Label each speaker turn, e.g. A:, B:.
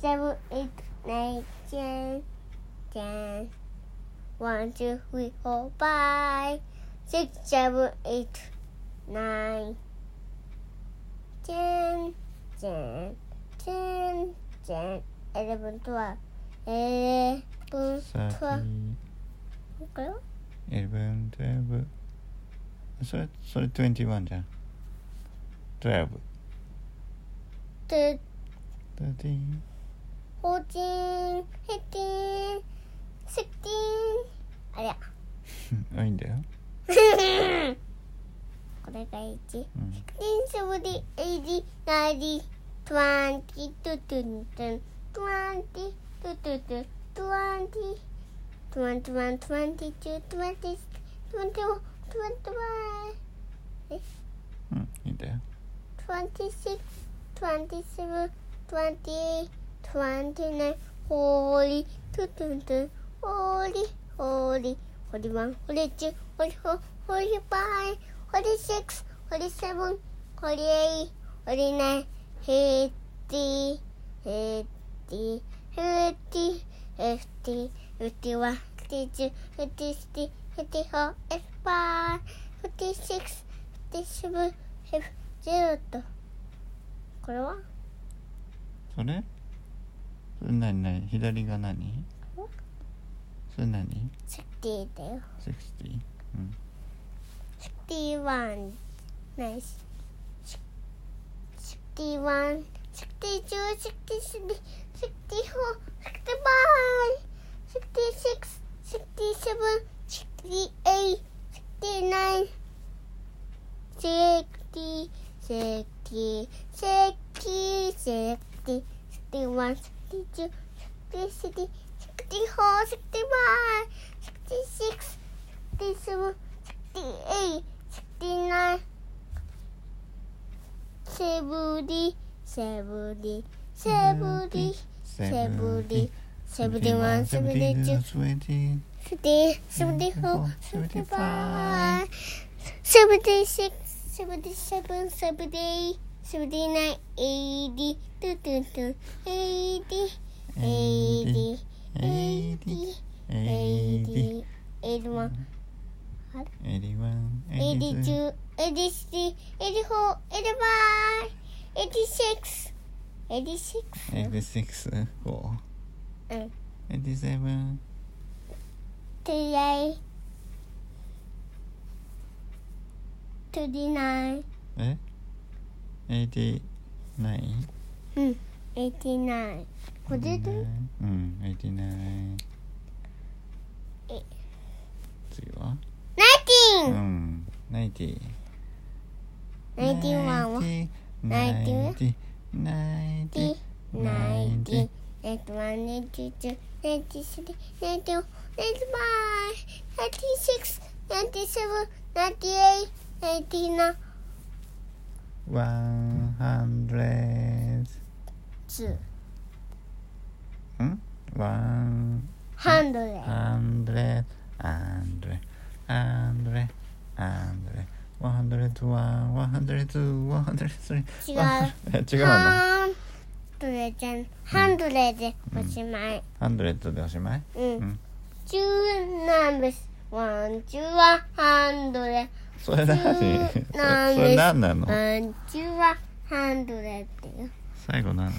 A: seven, eight, nine, ten, ten. One, two, three, four, five, six, seven, eight, nine, ten, ten, ten, ten, eleven, twelve, eleven, twelve.
B: 30
A: いくよ
B: 11 12それそれ21じゃん12
A: Two,
B: 13
A: fourteen, fifteen, sixteen. ありゃ。
B: うんあいいんだよ
A: これが一。
B: うん
A: Then seventy, eighty, ninety, twenty, two, two, two, twenty, two, two, two, twenty, twenty-one, twenty-two, twenty, twenty-one, twenty-one,
B: うんいいんだよ
A: twenty-six, twenty-seven, twenty, twenty-nine, forty, two, two, two, forty, forty, forty-one, forty-two, forty-four, forty-five, forty-six, forty-seven, forty-eight, forty-nine, fifty, fifty, fifty, fifty, fifty-one, fifty-two, fifty-three, fifty-four, fifty-five, fifty-six, fifty-seven, fifty. ジェとこれは
B: それそれ何何左が何
A: こ
B: それ何
A: 60だよ
B: ?60? うん
A: 61ナイス61 62 63 64 65 66 67 68 69 60 60 60 60 61 62 63 64 65 66 67 68, 69, 70, 70, 70, 70, 71, 72,
B: 72
A: 70, 74, 75, 76, 77, 78, 79, 80, 82, 80, 80, 80, 80, 81,
B: 80 81
A: 82, 83, 84, 85, 86, 86,
B: 86 4
A: Mm.
B: 87
A: today, 39,
B: え ?89?
A: 89. これで
B: うん、89
A: え
B: 次はう
A: ?19!
B: ん、90
A: 91は
B: 90
A: 90
B: 90
A: 90 90 91 92 93 94 95 96 97 98 99
B: 100
A: 2 100
B: ん ?100 100 100 100 100 101 102 103
A: 違う
B: 違うの
A: ハンドレじゃんハンドレでおしまい
B: 100でおしまい
A: うん、
B: うん
A: 十何ですワンチュはハンドレ
B: それ何
A: うん
B: それ何なの
A: ワンチュはハンドレってよ
B: 最後何なの